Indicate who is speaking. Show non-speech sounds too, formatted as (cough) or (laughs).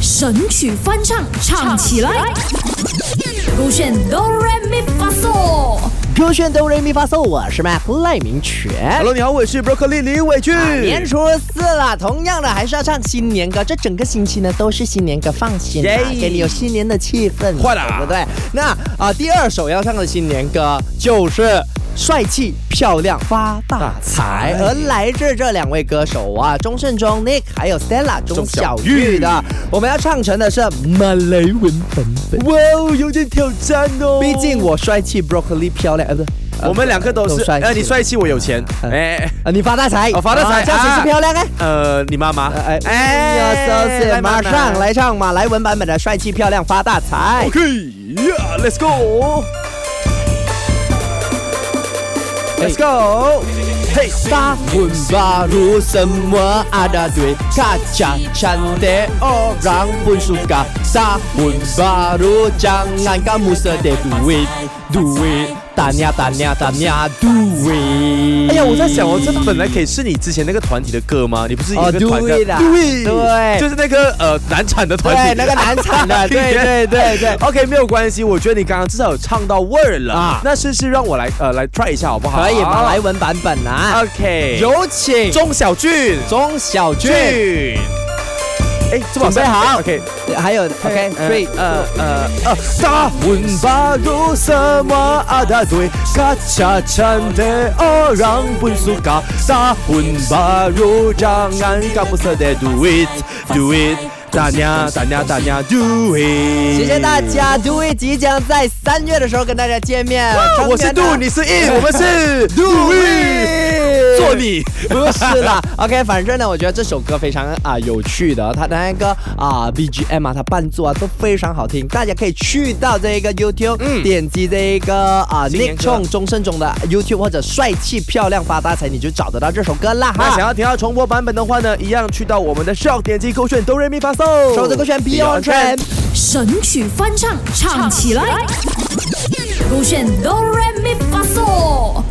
Speaker 1: 神曲翻唱，唱起来。勾选哆来咪发嗦，
Speaker 2: 歌炫都人咪发送，我是 Mac 赖明全。
Speaker 3: Hello，你好，我是 Broccoli 李伟俊。
Speaker 2: 年初四了，同样的还是要唱新年歌。这整个星期呢都是新年歌，放心啦，
Speaker 3: 耶
Speaker 2: 给你有新年的气氛嘛，
Speaker 3: 快啦
Speaker 2: 对不对？那啊、第二首要唱的新年歌就是。帅气、漂亮、发大财，
Speaker 3: 哎
Speaker 2: 而来自这两位歌手啊，钟胜忠 Nick 还有 Stella 钟小玉的，我们要唱成的是马来文版本。
Speaker 3: 哇哦，有点挑战哦。
Speaker 2: 毕竟我帅气，Broccoli 漂亮，呃不是，呃
Speaker 3: 我们两个都是，
Speaker 2: 帅气
Speaker 3: 呃，你帅气，我有钱。
Speaker 2: 嗯
Speaker 3: 哎，
Speaker 2: 啊，你发大财，
Speaker 3: 哦发大
Speaker 2: 啊
Speaker 3: 财
Speaker 2: 这样谁是
Speaker 3: 啊
Speaker 2: 漂亮哎？
Speaker 3: 呃，你妈妈。
Speaker 2: 哎哎，要收拾，马上。来唱马来文版本的帅气漂亮发大财。
Speaker 3: OK，Yeah，Let's go。
Speaker 2: Let's go。Hey，大文 baru semua ada duit kaca cantik orang pun suka tahun baru jangan kamu sedih duit duit tanya tanya tanya duit。
Speaker 3: 哎呀，我在想哦，这本来可以是你之前那个团体的歌吗？你不是有一
Speaker 2: 哦
Speaker 3: 个团
Speaker 2: ，Do
Speaker 3: 体
Speaker 2: It 啊
Speaker 3: 对
Speaker 2: 对
Speaker 3: 就是那个呃难产的团
Speaker 2: 对
Speaker 3: 体，
Speaker 2: 那个难产
Speaker 3: (laughs)
Speaker 2: 的，对对对对。
Speaker 3: OK，没有关系，我觉得你刚刚至少有唱到味儿了
Speaker 2: 啊
Speaker 3: 那试试让我来呃来 try 一下好不好？
Speaker 2: 可以马来文版本啊。
Speaker 3: OK，
Speaker 2: 有请
Speaker 3: 钟小俊，
Speaker 2: 钟小俊，
Speaker 3: 俊，哎，这么
Speaker 2: 准备好哎
Speaker 3: ？OK，
Speaker 2: 还有 OK three
Speaker 3: 呃呃呃，tahun baru semua ada duit kaca cantik orang pun suka tahun baru jangan kamu sedih duit duit tanya tanya tanya duit。
Speaker 2: 谢谢大。家，Do It 即将在三月的时候跟大家见面。成
Speaker 3: 啊我是
Speaker 2: 员呢
Speaker 3: 杜，你是 in，我们
Speaker 2: (laughs)
Speaker 3: 是
Speaker 2: Do
Speaker 3: duit，
Speaker 2: It 啊
Speaker 3: 做你。
Speaker 2: (laughs) 不是啦，OK，反正呢，我觉得这首歌非常啊、有趣的，它的那个啊、BGM 啊，它伴奏啊都非常好听，大家可以去到这个 YouTube，、点击这个啊、
Speaker 3: 新
Speaker 2: Nick
Speaker 3: 年
Speaker 2: c
Speaker 3: 歌
Speaker 2: h 钟声中的 YouTube 或者帅气漂亮发大财，你就找得到这首歌啦
Speaker 3: 那
Speaker 2: 哈
Speaker 3: 想。要听到重播版本的话呢，一样去到我们的少点击勾选哆瑞咪发嗦，
Speaker 2: 手指勾选 Beyond Trend。
Speaker 1: 神曲翻唱，唱起来。勾选哆来咪发嗦。